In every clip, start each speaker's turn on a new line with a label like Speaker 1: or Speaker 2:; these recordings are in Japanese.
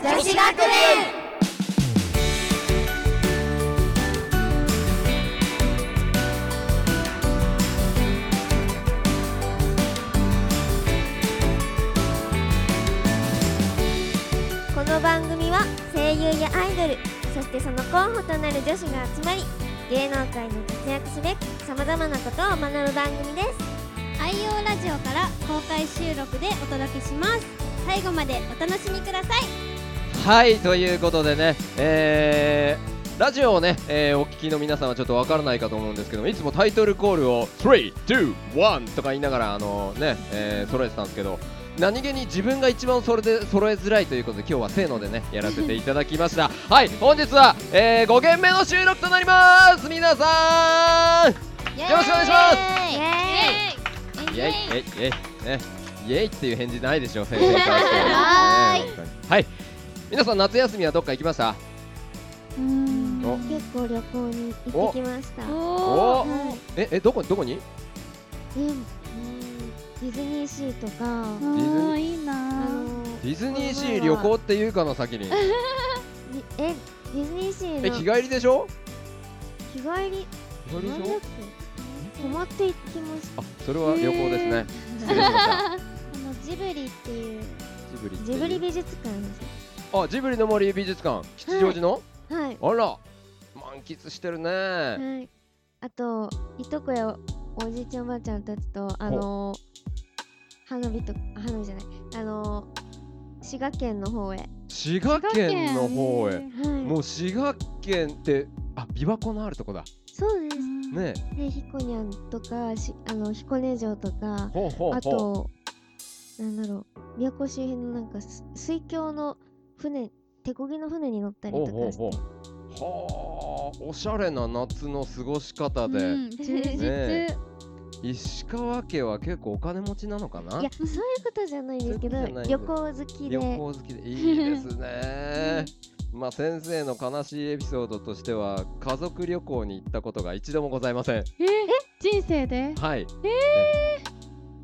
Speaker 1: 女子学園この番組は声優やアイドルそしてその候補となる女子が集まり芸能界の活躍すべくさまざまなことを学ぶ番組です
Speaker 2: 愛用ラジオから公開収録でお届けします最後までお楽しみください
Speaker 3: はいということでね、えーラジオをね、えーお聞きの皆さんはちょっとわからないかと思うんですけどもいつもタイトルコールを321とか言いながらあのね、えー揃えてたんですけど何気に自分が一番それで揃えづらいということで今日はせーのでねやらせていただきました はい本日は、え5軒目の収録となります皆さん
Speaker 2: よ
Speaker 3: よろしくお願いします
Speaker 1: イエ
Speaker 3: イエイイエイイエイねイエイっていう返事ないでしょ先生から して
Speaker 1: はーい
Speaker 3: ね本当にはい皆さん夏休みはどっか行きましたお
Speaker 1: 結構旅行に行ってきました
Speaker 2: お
Speaker 3: お
Speaker 2: お
Speaker 3: ーええどこどこに
Speaker 1: でもディズニーシーとか、
Speaker 3: ディズニー
Speaker 2: いい
Speaker 1: あ
Speaker 2: な
Speaker 1: の
Speaker 3: ディズニーシー旅行っていうかの先に
Speaker 1: にえディズニーシー
Speaker 3: え
Speaker 1: の
Speaker 3: 日
Speaker 1: 日
Speaker 3: 帰りでしょ
Speaker 1: 帰り
Speaker 3: 日帰り
Speaker 1: な
Speaker 3: で
Speaker 1: ん
Speaker 3: し
Speaker 1: だっけ
Speaker 3: ょ
Speaker 1: 泊まって行きました
Speaker 3: あそれは旅行ですね 失礼しました
Speaker 2: あのジブリっていう
Speaker 3: ジブリって
Speaker 1: ジ
Speaker 3: いう
Speaker 1: ブリ美術館で
Speaker 3: あジブリの森美術館吉祥寺の
Speaker 1: すはい
Speaker 3: あら満喫してるね
Speaker 1: はいあといとこやおじいちゃんおばあちゃんたちとあの花火と花火じゃないあの滋賀県の方へは
Speaker 3: 滋賀県の方へ
Speaker 1: い
Speaker 3: もう滋賀県ってあ琵琶湖のあるとこだ
Speaker 1: そうです
Speaker 3: ね
Speaker 1: でひこにゃんとかしあの彦根城とか
Speaker 3: ほうほう
Speaker 1: あ
Speaker 3: ほ
Speaker 1: となんだろう宮古周辺のなんかす水郷の船手漕ぎの船に乗った
Speaker 3: う
Speaker 1: りと
Speaker 3: ほう
Speaker 1: か
Speaker 3: ほう
Speaker 1: して
Speaker 3: ほうはあおしゃれな夏の過ごし方で、
Speaker 2: うん充実、
Speaker 3: ね石川家は結構お金持ちなのかない
Speaker 1: やそういうことじゃないんですけど
Speaker 3: そういうことじゃ
Speaker 1: 旅
Speaker 3: ないん
Speaker 1: 行好きで
Speaker 3: 旅行好きでいいですねまあ先生の悲しいエピソードとしては家族旅行に行ったことが一度もございません
Speaker 4: え人生で
Speaker 3: はい、ね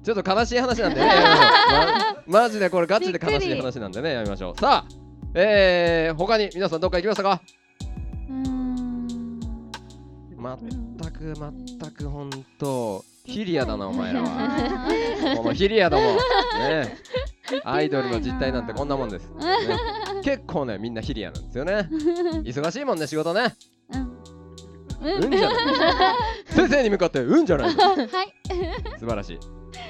Speaker 3: ちょっと悲しい話なん でねやめましょうまマジでこれガチで悲しい話なんでねやめましょうさあえー、他に皆さんどっか行きましたか
Speaker 4: うーん
Speaker 3: 全く全く本当ヒリアだなお前らは
Speaker 2: あー
Speaker 3: このヒリアども、 ね、アイドルの実態なんてこんなもんです、ね、結構ねみんなヒリアなんですよね忙しいもんね仕事ね
Speaker 4: うん
Speaker 3: うんじゃない先生に向かってうんじゃない
Speaker 4: はい
Speaker 3: 素晴らしい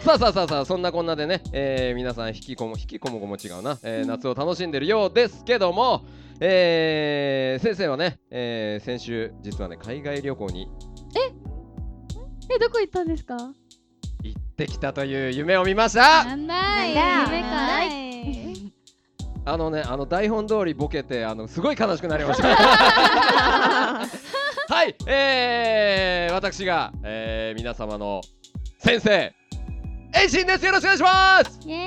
Speaker 3: さあさあさあさあそんなこんなでね、えー皆さん引きこも引きこもこも違うな、えー
Speaker 4: うん
Speaker 3: 夏を楽しんでるようですけども、えー先生はね、えー先週実はね海外旅行に
Speaker 4: えどこ行ったんですか
Speaker 3: 行ってきたという夢を見ました
Speaker 4: んだい
Speaker 2: なんだ
Speaker 4: 夢かい
Speaker 3: あのねあの台本通りボケてあのすごい悲しくなりました はいえー、私が、えー皆様の先生遠心ですよろしくお願いします
Speaker 4: イ
Speaker 1: イ
Speaker 4: エ
Speaker 1: エ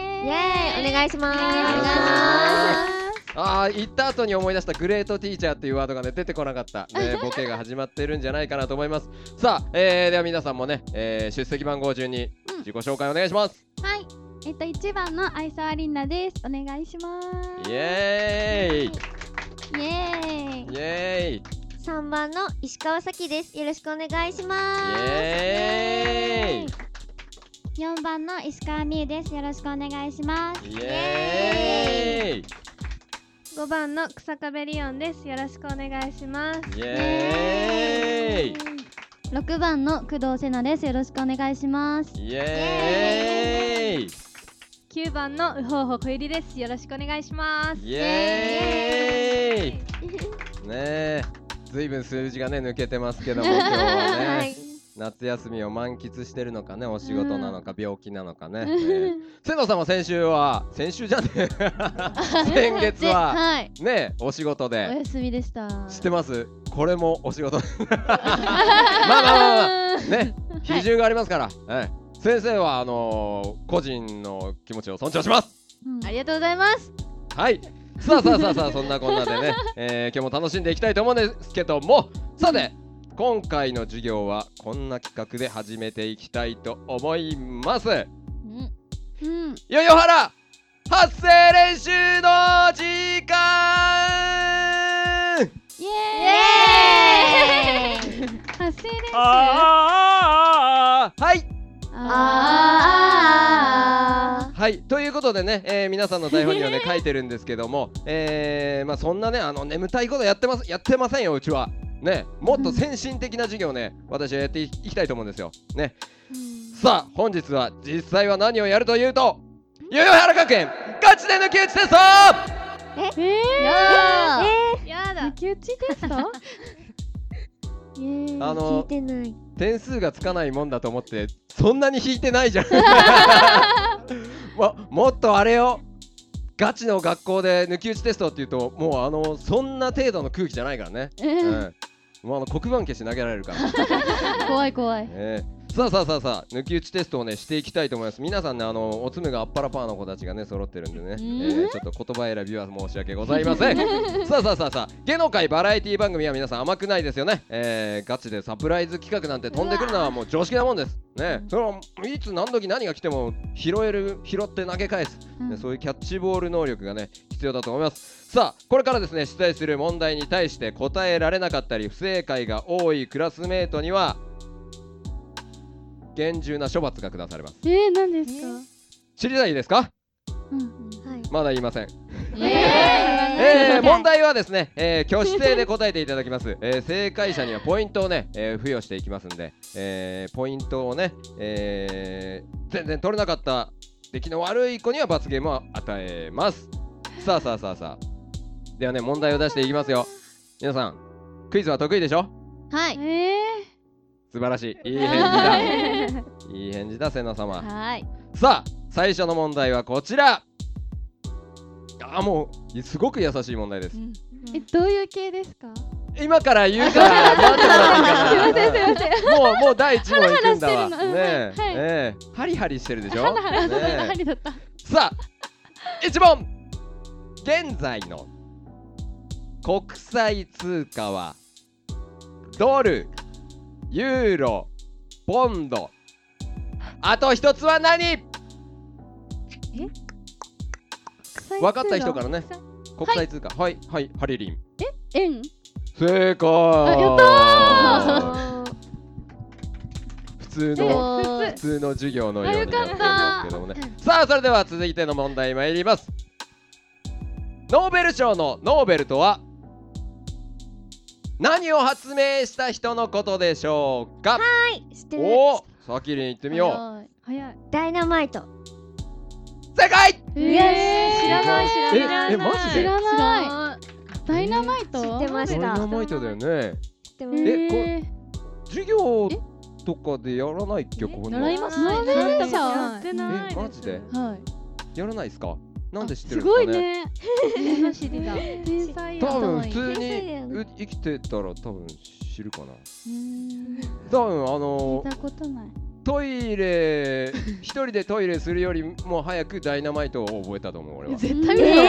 Speaker 1: ーイお願いします
Speaker 4: お願いし
Speaker 3: ああ行った後に思い出したグレートティーチャーっていうワードがね出てこなかった、 ね、ボケが始まってるんじゃないかなと思いますさあ、えー、では皆さんもね、えー、出席番号順に
Speaker 4: うん
Speaker 3: 自己紹介お願いします、
Speaker 4: はいえっと一番の愛沢りんなですお願いします
Speaker 3: イエーイ
Speaker 4: イエーイ
Speaker 3: イエーイイ
Speaker 1: 3番の石川咲ですよろしくお願いします
Speaker 3: エーイ
Speaker 4: 四番の石川美優ですよろしくお願いします
Speaker 3: イエーイ
Speaker 2: 5番の草壁リオンですよろしくお願いします
Speaker 3: イエーイ
Speaker 4: 六番の工藤瀬奈ですよろしくお願いします
Speaker 3: イエーイ
Speaker 2: 9番のウホウホ小百合ですよろしくお願いします
Speaker 3: イエーイねえずいぶん数字がね抜けてますけども今日はね、
Speaker 1: はい
Speaker 3: 夏休みを満喫してるのかねお仕事なのか病気なのかね、えー瀬野さんも先週は先週じゃねえ先月 は
Speaker 4: はい
Speaker 3: ねお仕事
Speaker 4: お
Speaker 3: で
Speaker 4: 休みでした
Speaker 3: 知ってますこれもお仕事まあまあまあまあね 比重がありますから、はい先生はあのー個人の気持ちを尊重します
Speaker 4: うん
Speaker 2: ありがとうございます
Speaker 3: はい。さあさあさあさあそんなこんなでね、えー今日も楽しんでいきたいと思うんですけどもさて今回の授業はこんな企画で始めていきたいと思います。
Speaker 4: うんうん
Speaker 3: よよはら発声練習の時間
Speaker 2: イ
Speaker 4: エーイ
Speaker 2: 発声練習
Speaker 3: あーはい
Speaker 4: あ
Speaker 3: はいということでね、えー皆さんの台本にはね書いてるんですけども、えーまあ、そんなねあの眠たいことやってますやってませんようちは。ね、もっと先進的な授業ね、私はやっていきたいと思うんですよ。ね、さあ本日は実際は何をやるというと代々木原学園ガチで抜き打ちテスト
Speaker 2: えー、
Speaker 4: あ
Speaker 5: やだ
Speaker 2: 抜き打ちテストえー
Speaker 3: あの
Speaker 2: 聞いてない
Speaker 3: 点数がつかないもんだと思ってそんなに引いてないじゃんももっとあれよガチの学校で抜き打ちテストっていうともうあのそんな程度の空気じゃないからね、うんもうあの黒板消し投げられるから、ね
Speaker 5: 怖い怖い
Speaker 3: えさあさあさあさあ抜き打ちテストをねしていきたいと思います皆さんねあのおつむがあっぱらパーの子たちがね揃ってるんでね、えーちょっと言葉選びは申し訳ございません さあさあさあさあ芸能界バラエティ番組は皆さん甘くないですよね、えーガチでサプライズ企画なんて飛んでくるのはもう常識なもんですねそれはいつ何時何が来ても拾える拾って投げ返す、ねそういうキャッチボール能力がね必要だと思いますさあこれからですね出題する問題に対して答えられなかったり不正解が多いクラスメートには厳重な処罰が下されます
Speaker 2: えー、何ですか、
Speaker 3: 知りたいですか
Speaker 1: はい
Speaker 3: まだ言いません
Speaker 5: え
Speaker 3: えー、問題はですね、えー、挙手制で答えていただきます、えー、正解者にはポイントをね、えー付与していきますんで、えーポイントをね、えー全然取れなかった出来の悪い子には罰ゲームを与えますさあさあさあさあではね問題を出していきますよ皆さんクイズは得意でしょ
Speaker 5: は
Speaker 2: え
Speaker 5: い
Speaker 3: 素晴らしいいい返事だいい返事だ瀬名様
Speaker 5: はい
Speaker 3: さあ最初の問題はこちらあーもうすごく優しい問題です
Speaker 2: ー、えどういう系ですか
Speaker 3: 今から言 うから待ってもらっていいかなもうもう第一問いくんだ
Speaker 2: ハ
Speaker 3: わ
Speaker 2: ラハラしてるの
Speaker 3: ねえ、
Speaker 2: はい
Speaker 3: ねえハリハリしてるでしょ
Speaker 2: ハラハラそうだ
Speaker 3: ねえ
Speaker 2: ハリだった
Speaker 3: さあ一問現在の国際通貨はドルユーロポンドあと一つは何分かった人からね国際通貨はいはい、ハリリン
Speaker 2: 円
Speaker 3: 正解
Speaker 2: や
Speaker 3: った
Speaker 2: あー
Speaker 3: 普通
Speaker 2: え
Speaker 3: の
Speaker 2: 普通
Speaker 3: 普通の授業のようになってますけどもねさあそれでは続いての問題参りますノーベル賞のノーベルとは何を発明した人のことでしょうか
Speaker 1: 知ってる
Speaker 3: おおさきりん行ってみよう
Speaker 2: 早い
Speaker 1: ダイナマイト
Speaker 3: 正解
Speaker 2: え
Speaker 5: イエーイ知らない
Speaker 3: え
Speaker 5: 知らない
Speaker 3: えマジ
Speaker 2: 知
Speaker 3: で
Speaker 2: ら
Speaker 5: 知ら
Speaker 2: ない
Speaker 5: な
Speaker 2: ダイナマイト
Speaker 1: 知ってまし
Speaker 3: 俺
Speaker 1: た
Speaker 3: のマイトだよね
Speaker 1: 知って
Speaker 2: え
Speaker 1: ま
Speaker 3: え
Speaker 1: す
Speaker 3: こ
Speaker 2: ー、
Speaker 3: 授業とかでやらないっけ
Speaker 5: え
Speaker 3: ここに
Speaker 5: 習い
Speaker 3: え
Speaker 5: ます
Speaker 2: ノーベル賞
Speaker 5: やってない
Speaker 3: マジで
Speaker 2: はい
Speaker 3: やらないですかなんで知って
Speaker 2: す
Speaker 3: るんです
Speaker 2: ご
Speaker 3: か
Speaker 2: い
Speaker 3: ね
Speaker 2: ね
Speaker 5: 知ってた
Speaker 2: 天才
Speaker 3: 多分普
Speaker 2: 頭い
Speaker 3: 通
Speaker 2: い
Speaker 3: にう生きてたら多分知るかな多分あの
Speaker 4: 聞
Speaker 3: ー
Speaker 4: いたことない
Speaker 3: トイレ一人でトイレするよりも早くダイナマイトを覚えたと思う俺は
Speaker 5: 絶対見た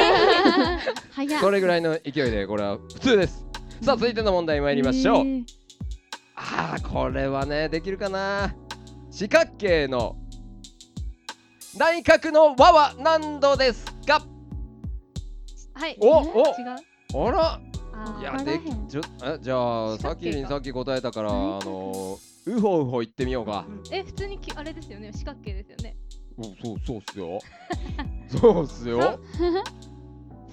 Speaker 2: 早い
Speaker 3: それぐらいの勢いでこれは普通ですさあ続いての問題参りましょ
Speaker 2: え
Speaker 3: う、
Speaker 2: ー
Speaker 3: あーこれはねできるかな四角形の内角の和は何度ですか
Speaker 5: はい
Speaker 3: おお
Speaker 5: 違う
Speaker 3: あらい
Speaker 5: あ
Speaker 3: やできちょえじゃあ
Speaker 5: 四
Speaker 3: さき
Speaker 5: 角形か
Speaker 3: りんさっき答えたからあのーウホウホ言ってみようか
Speaker 5: ーえ普通にきあれですよね四角形ですよね
Speaker 3: おそうそうっすよ そうっすよ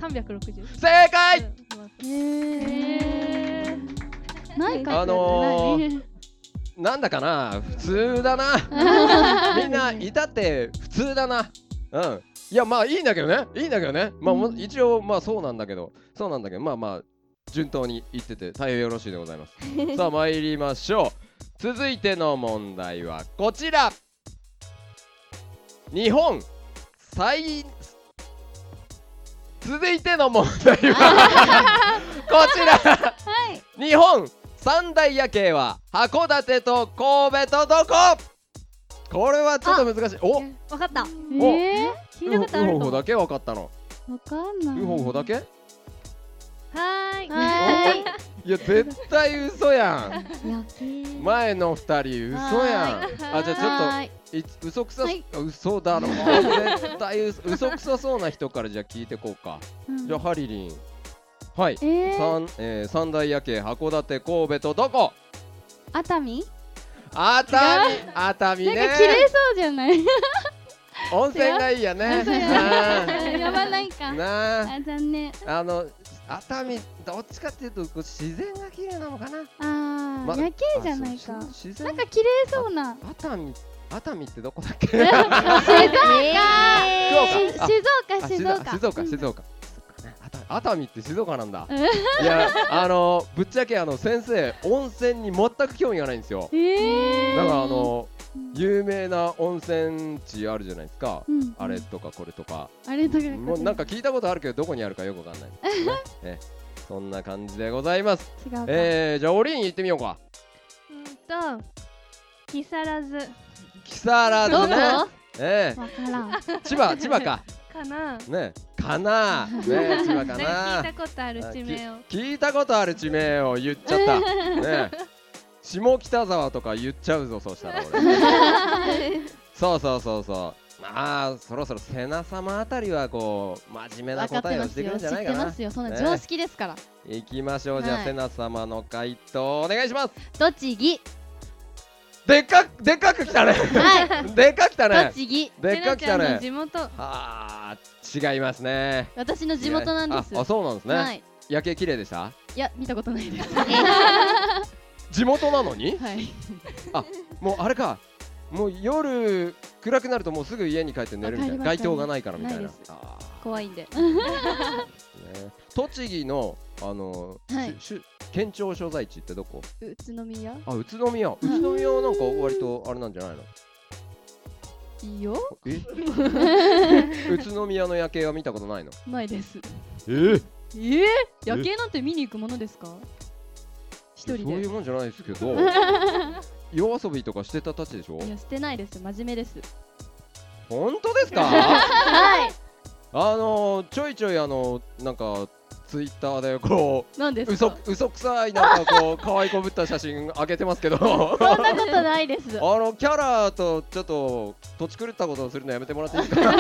Speaker 5: 三百六十
Speaker 3: 正解
Speaker 2: えー、ないか
Speaker 3: あのー
Speaker 2: ー、
Speaker 3: なんだかな普通だなみんないたって普通だなうんいやまあいいんだけどねいいんだけどねまあ、も一応まあそうなんだけどそうなんだけどまあまあ順当に言ってて大変よろしいでございます さあ参りましょう続いての問題はこちら日本最続いての問題 はこちら日本三大夜景は函館と神戸とどここれはちょっと難しいお
Speaker 5: わかった
Speaker 3: お
Speaker 2: え
Speaker 5: 聞いたことあ
Speaker 3: ウ
Speaker 5: る
Speaker 3: ホウ
Speaker 5: と
Speaker 3: ホだけ分かったの
Speaker 4: わかんない
Speaker 3: ウホウホだけ
Speaker 5: はーい
Speaker 4: はーい
Speaker 3: いや絶対嘘やん
Speaker 4: 余 計
Speaker 3: 前の二人嘘やんあじゃあちょっと
Speaker 5: はい
Speaker 3: い嘘くさ、
Speaker 5: はい
Speaker 3: 嘘だ ろう絶対嘘嘘くさそうな人からじゃあ聞いてこうか、じゃあハリリンはい、
Speaker 5: えー
Speaker 3: 三えー三大夜景函館神戸とどこ
Speaker 5: 熱海
Speaker 3: 熱海熱海
Speaker 5: なん
Speaker 3: ね
Speaker 5: か綺麗そうじゃない
Speaker 3: 温泉がいいやね
Speaker 5: 温泉 やばない
Speaker 3: あ
Speaker 5: か
Speaker 3: ーなあ
Speaker 5: あ残念
Speaker 3: あの熱海どっちかっていうとこう自然が綺麗なのかな
Speaker 5: あー、
Speaker 3: ま
Speaker 5: 夜景じゃないか
Speaker 3: あ
Speaker 5: な
Speaker 3: そう自然
Speaker 5: んか綺麗そうな
Speaker 3: 熱海熱海ってどこだっけ静岡あ
Speaker 5: し静岡
Speaker 3: あ
Speaker 5: 静岡
Speaker 3: 静岡静岡そっかね熱海熱海って静岡なんだ
Speaker 5: うん
Speaker 3: いやあのぶっちゃけあの先生温泉に全く興味がないんですよ
Speaker 5: えー、
Speaker 3: だからあの有名な温泉地あるじゃないですか
Speaker 5: うん
Speaker 3: あれとかこれとか
Speaker 5: あれとか
Speaker 3: もうなんか聞いたことあるけどどこにあるかよくわ かんないですねえそんな感じでございます
Speaker 5: 違うか、
Speaker 3: えー、じゃあおりん行ってみようか
Speaker 5: うんと木更津
Speaker 3: 木更津ね
Speaker 5: どこ
Speaker 3: え
Speaker 4: わからん。
Speaker 3: え千葉千葉か
Speaker 5: かな
Speaker 3: ねかなね千葉かな
Speaker 5: 聞いたことある地名を
Speaker 3: 聞いたことある地名を言っちゃった。ねえ、下北沢とか言っちゃうぞ、そうしたら俺。そうそうそうそう。まあ、そろそろ瀬名様あたりはこう、真面目な
Speaker 6: 分かっ
Speaker 3: 答
Speaker 6: て
Speaker 3: えを
Speaker 6: ま
Speaker 3: し
Speaker 6: す
Speaker 3: てくる
Speaker 6: よ
Speaker 3: ん
Speaker 6: 知
Speaker 3: じ
Speaker 6: っ
Speaker 3: ゃない
Speaker 6: て
Speaker 3: かな
Speaker 6: ま。すよそん
Speaker 3: ね
Speaker 6: な常識ですから、
Speaker 3: 行きましょう、じゃあ、
Speaker 6: はい
Speaker 3: 瀬名様の回答お願いします。
Speaker 6: 栃木
Speaker 3: でっかく、でっかく来 たね。
Speaker 6: は
Speaker 3: でっかく来たね。
Speaker 6: 栃木
Speaker 3: でっかく来た
Speaker 5: せなちゃんの
Speaker 3: ね。
Speaker 5: 地元
Speaker 3: ああ、違いますね。
Speaker 6: 私の地元なんです
Speaker 3: あ、あそうなんですね。
Speaker 6: はい
Speaker 3: 夜景綺麗でした。
Speaker 6: いや見たことないです
Speaker 3: 地元なのに。
Speaker 6: はい
Speaker 3: もうあれかもう夜暗くなるともうすぐ家に帰って寝るみたい
Speaker 6: わかり
Speaker 3: な
Speaker 6: ま
Speaker 3: 街
Speaker 6: す
Speaker 3: 灯がないからみたいな
Speaker 6: ないです
Speaker 3: あ
Speaker 6: 怖いんで
Speaker 3: ーね栃木のあの、
Speaker 6: はい
Speaker 3: しゅ県庁所在地ってどこ
Speaker 6: 宇都宮
Speaker 3: あ宇都宮宇都宮はなんか割とあれなんじゃないの
Speaker 6: いいよ
Speaker 3: え 宇都宮の夜景は見たことないの
Speaker 6: ないです
Speaker 3: え
Speaker 6: え夜景なんて見に行くものですか一
Speaker 3: そう
Speaker 6: 人
Speaker 3: い
Speaker 6: で
Speaker 3: うもんじゃないです けど夜遊びとかしてたたちでしょ
Speaker 6: いやしてないです真面目です
Speaker 3: 本当ですか はいあのちょいちょいあのなんかツイッターでこう
Speaker 6: なんです
Speaker 3: 嘘
Speaker 6: か
Speaker 3: 嘘くさいなんかこう可愛いこぶった写真上げてますけど
Speaker 6: そ
Speaker 3: あ
Speaker 6: んなことない です
Speaker 3: のキャラとちょっと土地狂ったことをするのやめてもらっていいですか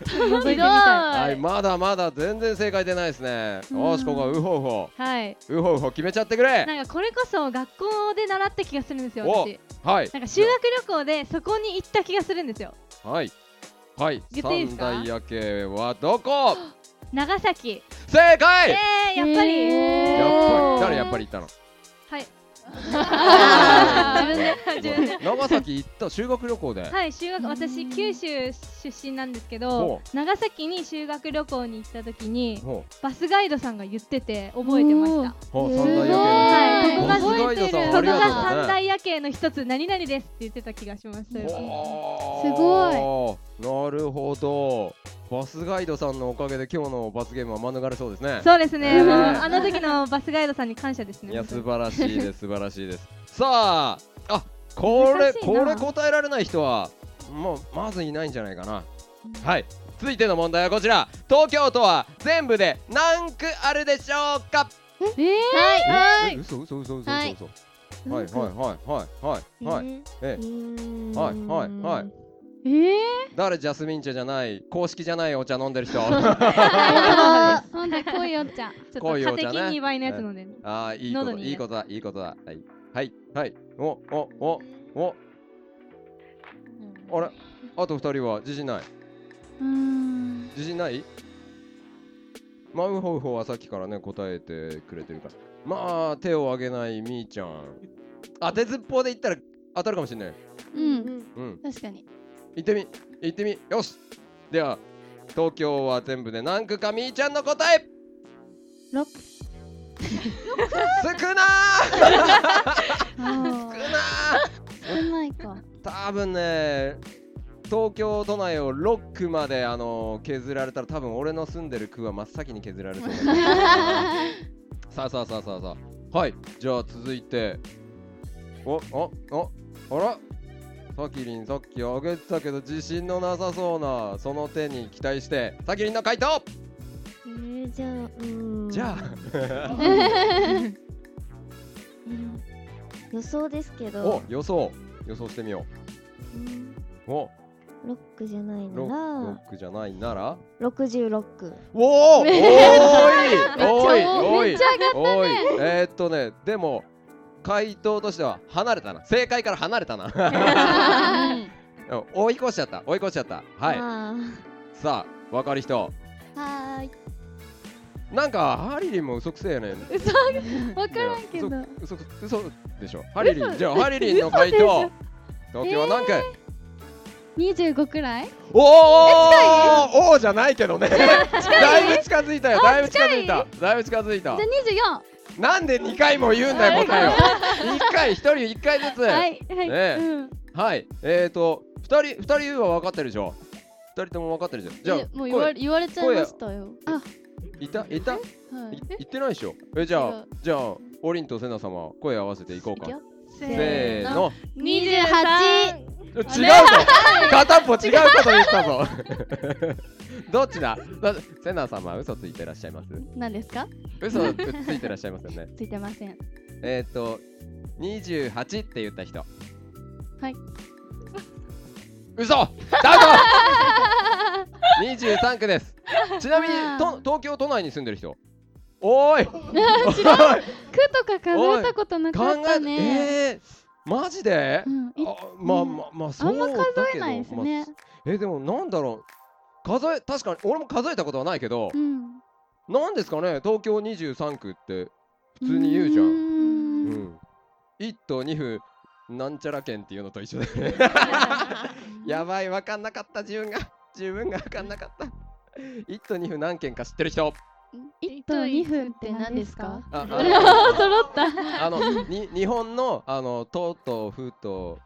Speaker 6: 覗いてみたい
Speaker 3: はいまだまだ全然正解出ないですね
Speaker 6: うん
Speaker 3: よしここはウホウホ
Speaker 5: はい
Speaker 3: ウホウホ決めちゃってくれ
Speaker 5: なんかこれこそ学校で習った気がするんですよ
Speaker 3: お
Speaker 5: 私
Speaker 3: はい
Speaker 5: なんか修学旅行でそこに行った気がするんですよ
Speaker 3: はいはい
Speaker 5: 言っていいです
Speaker 3: 三
Speaker 5: か
Speaker 3: 大夜景はどこ
Speaker 5: 長崎
Speaker 3: 正解
Speaker 5: え
Speaker 3: やっ
Speaker 5: ー、やっ
Speaker 3: ぱ
Speaker 5: ぱり、
Speaker 6: え
Speaker 3: り誰やっぱり行ったの
Speaker 5: はい
Speaker 3: あ
Speaker 5: 自分で
Speaker 3: 長崎行った修学旅行で
Speaker 5: はい修学私九州出身なんですけど
Speaker 3: ほ
Speaker 5: 長崎に修学旅行に行った時に
Speaker 3: ほ
Speaker 5: バスガイドさんが言ってて覚えてまし
Speaker 6: おー
Speaker 5: た
Speaker 3: うほう
Speaker 6: す
Speaker 3: 三
Speaker 6: ごい
Speaker 3: 大夜景
Speaker 5: は
Speaker 3: バスガイドさんあ
Speaker 5: いここがここ
Speaker 3: りがと
Speaker 5: が
Speaker 3: うね
Speaker 5: 三大夜景の一つ何々ですって言ってた気がしますそういえば
Speaker 3: おーなるほどバスガイドさんのおかげで今日の罰ゲームは免れそうですね
Speaker 5: そうです
Speaker 3: え
Speaker 5: ね
Speaker 3: ー
Speaker 5: もうあの時のバスガイドさんに感謝ですね
Speaker 3: いや素晴らしいです素晴らしいですさああこれ
Speaker 5: 難しいな
Speaker 3: これ答えられない人はもうまずいないんじゃないかなはい続いての問題はこちら東京都は全部で何区あるでしょうか
Speaker 5: えー
Speaker 3: はい嘘嘘嘘嘘嘘
Speaker 4: はい
Speaker 3: 嘘はいはいはいはいはいはいええはいはいはい
Speaker 5: えー、
Speaker 3: 誰ジャスミン茶じゃない公式じゃないお茶飲んでる人
Speaker 5: ほんでこういうお茶ちょっと
Speaker 3: こういうお
Speaker 5: カ
Speaker 3: 茶ね
Speaker 5: テキン2倍のやつ飲んでる
Speaker 3: ああ、いいこ
Speaker 5: 喉
Speaker 3: と、
Speaker 5: に
Speaker 3: いいことだ、いいことだ。はい、はい、はい。お、お、お、お。あれ、あと二人は自信ない。自信ない。まあ、ウホウホはさっきからね、答えてくれてるから。まあ、手を挙げないみーちゃん。当てずっぽうで言ったら、当たるかもしれない。
Speaker 6: うん
Speaker 3: うん、
Speaker 6: 確かに
Speaker 3: 行ってみ、行ってみ、よし。では、東京は全部で何区かみーちゃんの答え。
Speaker 6: 六
Speaker 3: 少なー
Speaker 6: あー
Speaker 3: 少なー
Speaker 6: 少ないか
Speaker 3: 多分ね東京都内を6区まであの削られたら多分俺の住んでる区は真っ先に削られそうだなさあさあさあさあさあはいじゃあ続いておおおあらさきりんさっきあげてたけど自信のなさそうなその手に期待してさきりんの回答
Speaker 1: えー、じゃあうーん
Speaker 3: じゃ あ
Speaker 1: 予想ですけど
Speaker 3: お予想予想してみよ
Speaker 1: うん
Speaker 3: うお
Speaker 1: ロックじゃない
Speaker 3: ロロ
Speaker 1: な
Speaker 3: ックじゃないなら
Speaker 1: ら66
Speaker 3: おお多い多い多い
Speaker 6: めっちゃ
Speaker 3: 多いえー、っとねでも回答としては離れたな正解から離れたな 追い越しちゃった追い越しちゃったはい
Speaker 1: あ
Speaker 3: さあ分かる人
Speaker 2: はーい
Speaker 3: なんかハリリンも嘘くせえよね
Speaker 6: 嘘わからんけど
Speaker 3: ね嘘嘘嘘でしょハリリンじゃあハリリンの回答東京は何回、
Speaker 6: 25くらい
Speaker 3: おおおおじゃないけどねだいぶ近づいたよだいぶ近づいただいぶ近づいた
Speaker 6: じゃあ
Speaker 3: なんで2回も言うんだよ答え を1回1人1回ずつ
Speaker 6: 24はいはい、
Speaker 3: ね
Speaker 6: うん
Speaker 3: はい、えーと、二人、二人は分かってるでしょ二人とも分かってるじゃん。じゃあ
Speaker 6: え、もう言われ言われちゃいましたよあ
Speaker 3: いた、いた、い
Speaker 6: はい
Speaker 3: 言ってないでしょえ、じゃ
Speaker 6: 違
Speaker 3: あ
Speaker 6: う、
Speaker 3: じゃあ、オリンとセナ様、声合わせていこうか
Speaker 6: いく。よ
Speaker 3: せーの、
Speaker 2: 28
Speaker 3: 違うぞ、 片っぽ違うこと言ったぞ。 どっちだ、だセナ様、嘘ついてらっしゃいます。
Speaker 6: 何ですか
Speaker 3: 嘘ついてらっしゃいますよね。
Speaker 6: ついてません
Speaker 3: えーと、二十八って言った人。
Speaker 6: はい。
Speaker 3: 嘘。だぞ。二十三区です。ちなみに、と東京都内に住んでる人。 おーい。
Speaker 6: 区とか数えたことな
Speaker 3: おい
Speaker 6: かっ
Speaker 3: 考
Speaker 6: た
Speaker 3: え、
Speaker 6: ね
Speaker 3: えー、マジで。
Speaker 6: うんい
Speaker 3: あ、まあ、まあ、まあ、
Speaker 6: あ
Speaker 3: そ
Speaker 6: んま
Speaker 3: うだけど。
Speaker 6: 数えないですね
Speaker 3: まあえー、でも、なんだろう。数え、確かに、俺も数えたことはないけど
Speaker 6: う、ん
Speaker 3: なんですかね、東京二十三区って。普通に言うじゃん。
Speaker 6: ん
Speaker 3: うん、1都2府なんちゃら県っていうのと一緒だよねやばい分かんなかった自分が自分が分かんなかった1都2府何県か知ってる人
Speaker 6: 一と二分って何ですか
Speaker 3: あ
Speaker 6: あれは揃った
Speaker 3: あのあのに日本のあの都と府と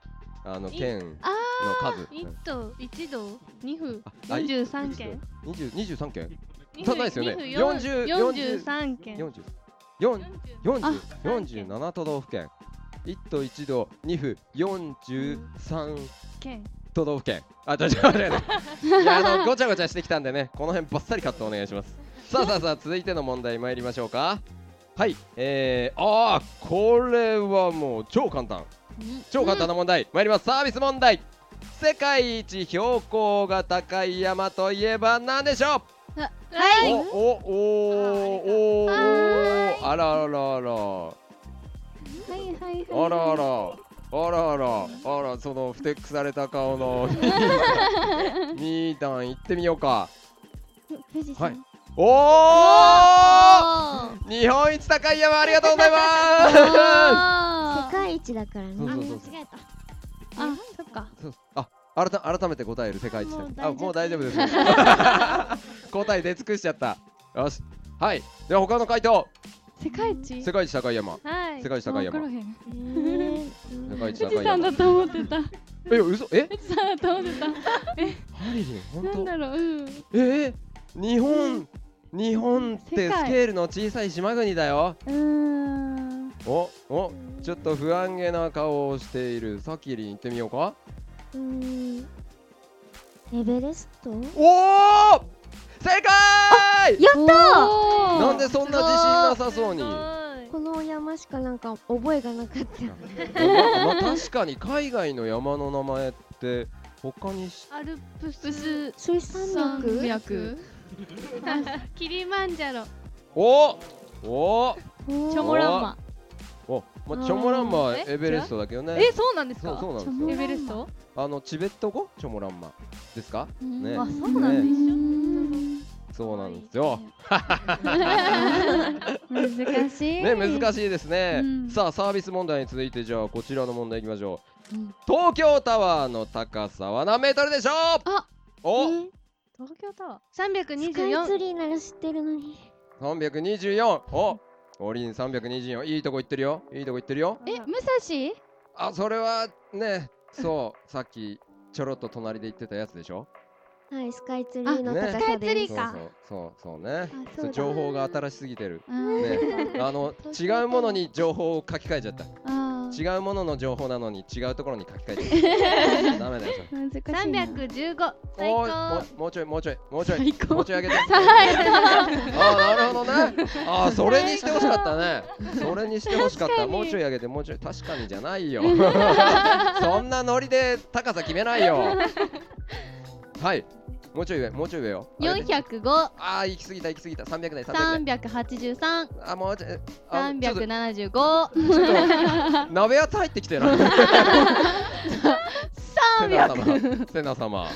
Speaker 3: あの県の
Speaker 6: あ
Speaker 3: 数
Speaker 5: 一都一度二府
Speaker 3: あ
Speaker 5: 四十三件
Speaker 3: 20 23県足んないですよね
Speaker 5: 四十
Speaker 3: 40
Speaker 5: 四十三件
Speaker 3: 40 40
Speaker 6: あ
Speaker 3: 40 47都道府県1都1道2府43
Speaker 5: 件
Speaker 3: 都道府県あ、ちょちょちょちょいやあのごちゃごちゃしてきたんでねこの辺ばっさりカットお願いしますさあさあさあ続いての問題参りましょうかはいえー、あーこれはもう超簡単超簡単な問題、参りますサービス問題世界一標高が高い山といえば何でしょうはいおおおおおーあらあらあら
Speaker 6: はいはい
Speaker 3: あらあ らあらあらあらそのふてくされた顔 のミータン行ってみようか
Speaker 4: 富士山、
Speaker 3: はいおお日本一高い山ありがとうござい ま
Speaker 1: 世界一だからね
Speaker 3: そう
Speaker 4: あ間
Speaker 3: そうそう
Speaker 4: 違えた
Speaker 6: あ、そっか。
Speaker 3: すあ改改めて答える世界一だ
Speaker 4: もう大丈夫
Speaker 3: あもう大丈夫です 答え出尽くしちゃったよしはいでは他の回答
Speaker 6: 世界一。
Speaker 3: 世界一高い山
Speaker 6: はい。
Speaker 3: 世界一高い山
Speaker 6: わからへん
Speaker 1: えー
Speaker 3: 世界一
Speaker 6: 富
Speaker 3: 高
Speaker 6: 士山
Speaker 3: い山
Speaker 6: だと思ってた。富
Speaker 3: え嘘え
Speaker 6: 士山だと思ってた。
Speaker 3: ハリリン本
Speaker 6: なん
Speaker 3: 当
Speaker 6: だろう。うん。
Speaker 3: えー、日本日本って
Speaker 6: 世界
Speaker 3: スケールの小さい島国だよ
Speaker 6: うーん。
Speaker 3: おおちょっと不安げな顔をしているサキリン行ってみようか
Speaker 1: うーんエベレスト
Speaker 3: おお正解
Speaker 1: やった
Speaker 6: おー
Speaker 3: なんでそんな自信なさそうに
Speaker 1: この山しかなんか覚えがなかった
Speaker 3: でもなんかまあ確かに海外の山の名前って他にし
Speaker 5: アルプ
Speaker 6: ブス
Speaker 5: ス
Speaker 1: 水山脈
Speaker 6: 脈。
Speaker 5: キリマンジャロ
Speaker 3: おお
Speaker 6: チョモランマ。
Speaker 3: おまあチョモランマは
Speaker 5: え
Speaker 3: エベレストだけどね
Speaker 5: え、そうなんです
Speaker 3: そう
Speaker 5: か
Speaker 3: そうなんです
Speaker 6: チョモ
Speaker 3: よ
Speaker 6: ラ
Speaker 5: エベレスト
Speaker 3: あのチベット語チョモランマですかね
Speaker 5: あ、そうなんです
Speaker 3: ね
Speaker 5: 一緒
Speaker 3: そうなんですよ
Speaker 6: 難しい。
Speaker 3: ね難しいですね、
Speaker 6: うん
Speaker 3: さあサービス問題に続いてじゃあこちらの問題いきましょう、
Speaker 6: うん
Speaker 3: 東京タワーの高さは何メートルでしょう
Speaker 6: あ
Speaker 3: お、
Speaker 1: え
Speaker 5: 東京タワー三百二
Speaker 1: ス
Speaker 5: 十
Speaker 1: カイ
Speaker 5: 四
Speaker 1: ツリーなら知ってるのに
Speaker 3: 324おオリン324いいとこ行ってるよいいとこ行ってるよ
Speaker 6: え、武蔵？
Speaker 3: あそれはね そうさっきちょろっと隣で言ってたやつでしょ
Speaker 1: はいスカイツリーの
Speaker 3: あね
Speaker 1: 高さです、
Speaker 3: そうそうそうそうね
Speaker 1: あそう
Speaker 3: そう
Speaker 1: だ
Speaker 3: 情 報が新ししすぎてる
Speaker 6: うん
Speaker 3: ねあの違うものに情報を書き換えちゃった
Speaker 6: あー
Speaker 3: 違うものの情報なのに違うところに書き換 えてるダメだよそれ
Speaker 4: 難しいな。
Speaker 2: 三百十五。最
Speaker 3: おー
Speaker 2: 高。
Speaker 3: ももうちょいもうちょいもうちょ
Speaker 6: 最
Speaker 3: い
Speaker 6: 高
Speaker 3: もうちょい上げてああなるほどねああそれにしてほしかったねそれにしてほしかったもうちょい上げてもうちょい確かにじゃないよ そんなノリで高さ決めないよはいもうちょい上もうちょい上よ上げ
Speaker 6: 四
Speaker 3: て
Speaker 6: 百五、
Speaker 3: ああ行き過ぎた行き過ぎた300台300
Speaker 6: 三
Speaker 3: 台
Speaker 6: 百八十三、
Speaker 3: あもうちょいあ
Speaker 6: 三
Speaker 3: ちょっと
Speaker 6: 百七十五、
Speaker 3: ちょっと鍋やつ入ってきてない。セナ様、セナ様、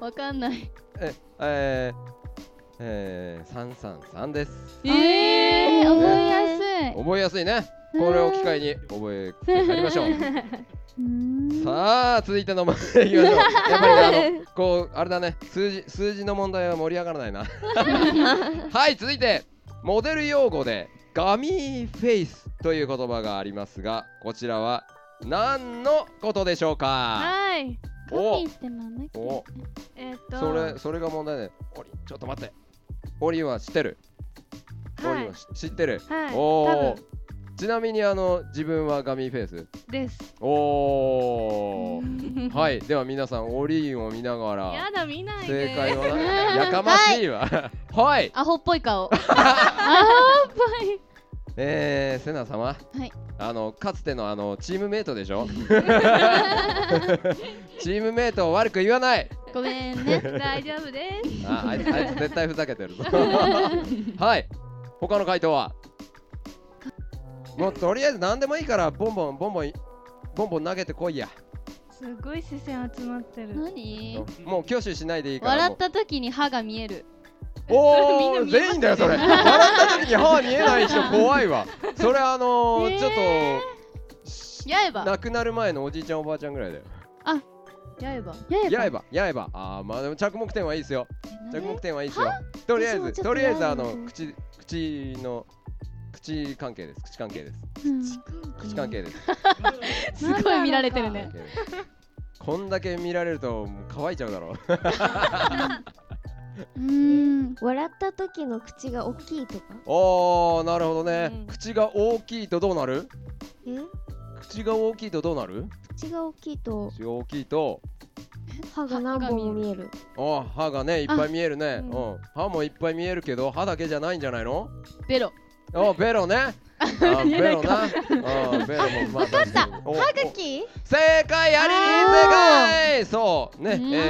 Speaker 6: わかんない。
Speaker 3: え、えー、えー、三三三です。
Speaker 6: え
Speaker 4: えー、
Speaker 6: ー、
Speaker 4: 覚えやすい。
Speaker 3: 覚えやすいね。これを機会に覚えてやりましょう。
Speaker 4: うーん
Speaker 3: さあ、続いての問題いきま しょう。やっぱりねあの、こう、あれだね、数字、数字の問題は盛り上がらな いな。はい、続いて、モデル用語で、ガミーフェイスという言葉がありますが、こちらは何のことでしょうか。
Speaker 6: はい。
Speaker 4: コピーってなんだっけ
Speaker 3: お
Speaker 6: えっと、
Speaker 3: それそれが問題ねオリちょっと待ってオリは知ってる、
Speaker 6: はい
Speaker 3: オリはし知ってる、
Speaker 6: はい
Speaker 3: お
Speaker 6: 多
Speaker 3: おちなみにあの自分はガミーフェイス
Speaker 6: です。
Speaker 3: お おーはいでは皆さんオリンを見ながら
Speaker 6: やだ見ないで。
Speaker 3: 正 解は なやかましいわはい
Speaker 6: アホっぽい 顔。
Speaker 3: えー、セナ様、
Speaker 4: はい
Speaker 3: あのかつてのあのチームメイトでし ょ チームメイトを悪く言わない
Speaker 6: ごめんね。大丈夫です。
Speaker 3: ああいつあいつ絶対ふざけ てるぞはい他の回答はもうとりあえず何でもいいからボンボンボンボンボンボン投げてこいや
Speaker 5: すごい視線集まってる。
Speaker 6: 何？
Speaker 3: もう挙手しないでいいから
Speaker 6: 笑っ
Speaker 3: も
Speaker 6: た時に歯が見える。
Speaker 3: うおお全員だよそれ笑った時に歯見えない人怖いわそれあのー
Speaker 6: ねえ
Speaker 3: ちょっとし
Speaker 6: やえば。
Speaker 3: 亡くなる前のおじいちゃんおばあちゃんぐらいだよ
Speaker 6: やえば。
Speaker 3: やえばやえばあーまあでも着目点はいいですよ着目点はいいですよとりあえ
Speaker 4: 私もちょ
Speaker 3: ず
Speaker 4: っと
Speaker 3: とりあえずあ
Speaker 4: やえ
Speaker 3: の
Speaker 4: ばな
Speaker 3: 口口の口関係です口関係です
Speaker 4: うん
Speaker 3: 口関係です
Speaker 6: すごい見られてるね。
Speaker 3: こんだけ見られるともう乾いちゃうだろう
Speaker 4: うーん。
Speaker 1: 笑った時の口が大きいとか
Speaker 3: あーなるほどね、
Speaker 6: うん
Speaker 3: 口が大きいとどうなる
Speaker 1: え
Speaker 3: 口が大きいとどうなる
Speaker 1: 口が大きいと
Speaker 3: 口が大きいと
Speaker 1: 歯が何本も見える
Speaker 3: あ歯がねいっぱい見えるね、
Speaker 6: うん
Speaker 3: うん、歯もいっぱい見えるけど歯だけじゃないんじゃないの
Speaker 6: ベロ。
Speaker 3: あベ ロねあ
Speaker 6: 見え
Speaker 3: ベ
Speaker 6: な
Speaker 3: ロ
Speaker 6: い
Speaker 3: な
Speaker 6: か
Speaker 3: あベロもまあ確かにおお
Speaker 2: き。
Speaker 3: 正解やり正解そうね
Speaker 6: うん
Speaker 3: え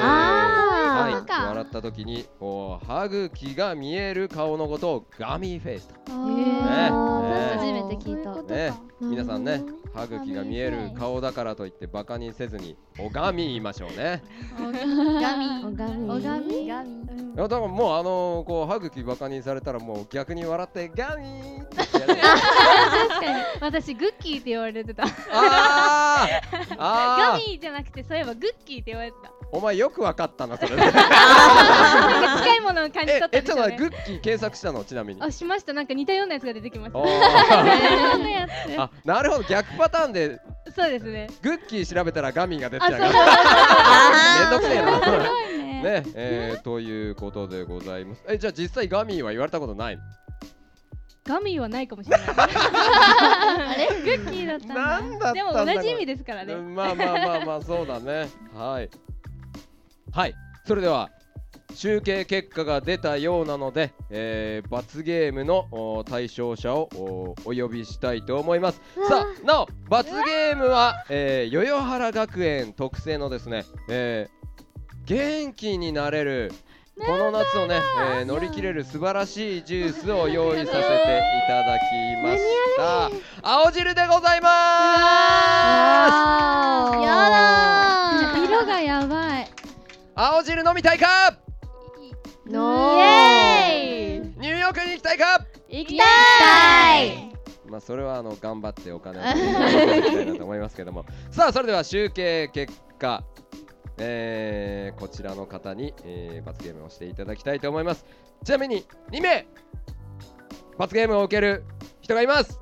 Speaker 3: ー
Speaker 1: あ
Speaker 3: はい
Speaker 1: ー
Speaker 3: 笑った時にこう歯茎が見える顔のことをガミーフェイスと
Speaker 4: あ
Speaker 6: ね
Speaker 4: ー
Speaker 6: 初めて聞いた
Speaker 4: そううことか
Speaker 3: ね皆さんね
Speaker 1: うん
Speaker 3: 歯茎が見える顔だからといってバカにせずに拝み言いましょうね
Speaker 6: ガミ。
Speaker 1: 拝み
Speaker 6: 拝み。
Speaker 3: いやだからもうあのーこう歯茎バカにされたらもう逆に笑ってガミーって言ってやる
Speaker 5: 確かに私グッキーって言われてた。
Speaker 3: あー
Speaker 5: ガ
Speaker 3: あー
Speaker 5: ミーじゃなくてそういえばグッキーって言われてた。
Speaker 3: お前よくわかったなそ れ
Speaker 5: なんか近いものを感じ
Speaker 3: え
Speaker 5: 取った
Speaker 3: え
Speaker 5: で
Speaker 3: ち
Speaker 5: し
Speaker 3: ょっ
Speaker 5: ょ
Speaker 3: と待
Speaker 5: う
Speaker 3: ってグ
Speaker 5: ね。
Speaker 3: ッキー検索したのちなみに
Speaker 5: あしましたなんか似たようなやつが出てきまし
Speaker 3: お
Speaker 5: た。
Speaker 3: ー
Speaker 5: そんなや
Speaker 3: あなるほど逆パターンで
Speaker 5: つ そうですね。
Speaker 3: グッキー調べたらガミーが出てきたか
Speaker 1: あ
Speaker 3: らめんどくせえな
Speaker 4: ね
Speaker 3: ねえー、ということでございますえじゃあ実際ガミーは言われたことないの
Speaker 5: ガミーはないかもしれない。
Speaker 6: あれ？
Speaker 5: グッキーだったんだ。
Speaker 3: なんだったんだ
Speaker 5: でも
Speaker 3: これ
Speaker 5: 同じ意味ですからね。
Speaker 3: うんまあまあまあまあそうだねはいはいそれでは集計結果が出たようなので、えー罰ゲームのお対象者をおお呼びしたいと思いますさあなお罰ゲームは、えー、代々原学園特製のですね、えー元気になれるこの夏をね、えー乗り切れる素晴らしいジュースを用意させていただきました青汁でございます
Speaker 6: あ
Speaker 4: やだー 色がやばい。
Speaker 3: 青汁飲みたいか
Speaker 1: ーのー
Speaker 3: ニューヨークに行きたいか
Speaker 6: 行きたい。
Speaker 3: まあそれはあの頑張って お金を稼いでいただきたいなと思いますけどもさあそれでは集計結果えー、こちらの方に、えー罰ゲームをしていただきたいと思いますちなみに2名罰ゲームを受ける人がいます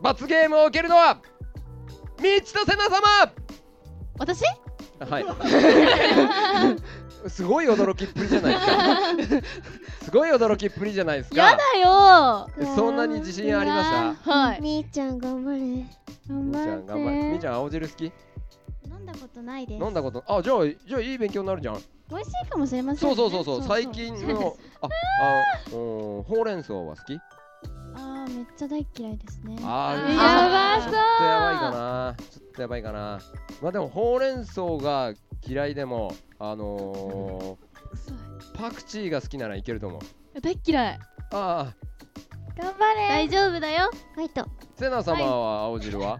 Speaker 3: 罰ゲームを受けるのは道と瀬名様
Speaker 6: 私？
Speaker 3: はい。 すごい驚きっぷりじゃないです かすごい驚きっぷりじゃないですか
Speaker 6: やだよ
Speaker 3: えそんなに自信ありました
Speaker 6: はい
Speaker 1: みーちゃん頑張れ
Speaker 4: 頑
Speaker 3: みーちゃん頑張れみ
Speaker 4: 張
Speaker 3: ー
Speaker 4: って
Speaker 3: ちゃん青汁好き
Speaker 4: 飲んだことないです
Speaker 3: 飲んだことあじゃあじゃあいい勉強になるじゃん
Speaker 4: 美味しいかもしれません
Speaker 3: そう
Speaker 4: ね
Speaker 3: そうそうそう最近のああうんほうれん草は好き
Speaker 4: あーめっちゃ大嫌いですね
Speaker 3: あー
Speaker 6: や
Speaker 3: あ
Speaker 6: ばそ
Speaker 3: ち
Speaker 6: う
Speaker 3: ょっとやばいかなちょっとやばいかなまあでもほうれん草が嫌いでもあのー、パクチーが好きならいけると思う
Speaker 6: 大っ嫌い
Speaker 3: ああ
Speaker 4: 頑張れ
Speaker 2: 大丈夫だよ
Speaker 1: ファイト
Speaker 3: セナ様は青汁は、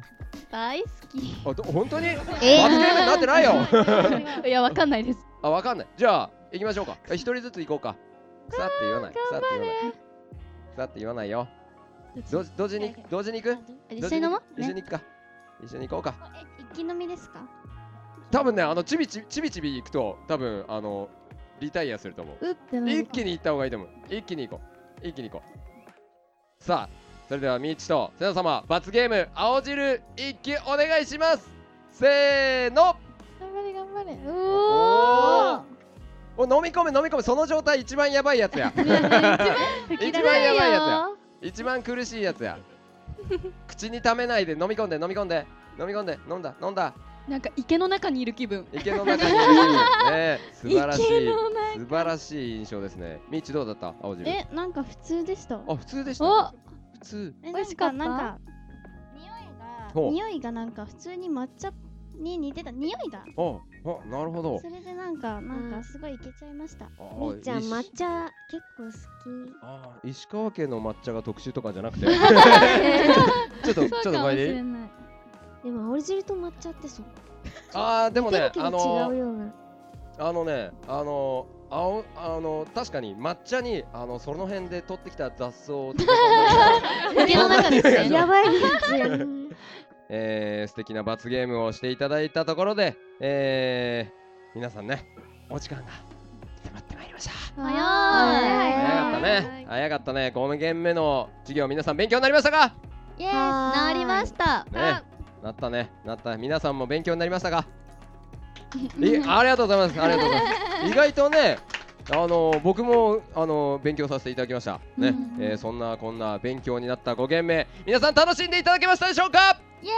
Speaker 2: 大好き
Speaker 3: あど本当に
Speaker 1: え
Speaker 3: 罰ゲームになってない よ
Speaker 6: いやわかんないです
Speaker 3: あわかんないじゃあ行きましょうかあ一人ずつ行こうかさって言わないさって言わないさって言わないよど同時に同時に行く
Speaker 4: 一緒に飲もう
Speaker 3: 一緒
Speaker 4: ね
Speaker 3: に行くか一緒に行こうか
Speaker 4: え一気飲みですか
Speaker 3: 多分ねあのちびちびちびちび行くと多分あのリタイアすると思う
Speaker 4: うって
Speaker 3: 一気に行った方がいいと思う一気に行こう一気に行こうさあそれではみーちとせな様罰ゲーム青汁一気お願いしますせーの
Speaker 4: 頑張れ頑張れ
Speaker 3: おお飲み込め飲み込めその状態一番やばいや つや一番やばいやつや一番苦しいやつや 口に溜めないで飲み込んで飲み込んで飲み込んで飲んだ飲んだ
Speaker 6: なんか池の中にいる気分
Speaker 3: 池の中にいる ねえ素晴らしい
Speaker 6: 池の中
Speaker 3: 素晴らしい印象ですねみーちどうだった青汁
Speaker 4: えなんか普通でした
Speaker 3: あ普通でした
Speaker 6: お
Speaker 3: 普通
Speaker 4: え
Speaker 6: 美味しかった
Speaker 4: なんか
Speaker 3: ほう
Speaker 4: 匂いが匂いがなんか普通に抹茶に似てた匂いだ
Speaker 3: ああなるほど
Speaker 4: それでなんかなん
Speaker 1: うん
Speaker 4: かすごいいけちゃいました
Speaker 3: あ
Speaker 1: みーちゃん
Speaker 3: 石
Speaker 1: 抹茶結構好き
Speaker 3: あ石川県の抹茶が特殊とかじゃ なくて ちょっとちょっ
Speaker 6: そうかも
Speaker 3: と
Speaker 6: し
Speaker 3: 前
Speaker 6: れ
Speaker 3: に
Speaker 6: ない
Speaker 1: でも青汁と抹茶ってそう
Speaker 3: あーでもね
Speaker 1: だけど
Speaker 3: あ
Speaker 1: 違う
Speaker 3: の
Speaker 1: ような
Speaker 3: あのねあの青あの確かに抹茶にあのその辺で取ってきた雑草を詰め込んだり
Speaker 6: 池の中で
Speaker 3: とか
Speaker 6: すね
Speaker 1: やばいやつやん
Speaker 3: えー素敵な罰ゲームをしていただいたところで、えー皆さんねお時間が迫ってまいりました
Speaker 1: 早い
Speaker 3: 早かったね早かったね5ゲーム目の授業皆さん勉強になりましたか
Speaker 4: イエーイ
Speaker 1: はーい
Speaker 2: 治りました
Speaker 3: ねなったねなった皆さんも勉強になりまし たかいありがとうございますありがとうござ います意外とねあの僕もあの勉強させていただきましたね、
Speaker 6: うん
Speaker 3: えーそんなこんな勉強になった5ゲーム目皆さん楽しんでいただけましたでしょうか
Speaker 1: イエ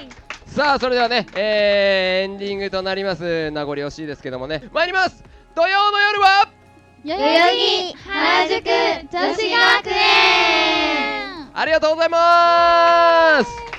Speaker 1: ーイ
Speaker 3: さあそれではね、えーエンディングとなります名残惜しいですけどもね参ります土曜の夜は
Speaker 6: 代
Speaker 1: 木原宿女子学園
Speaker 3: ありがとうございます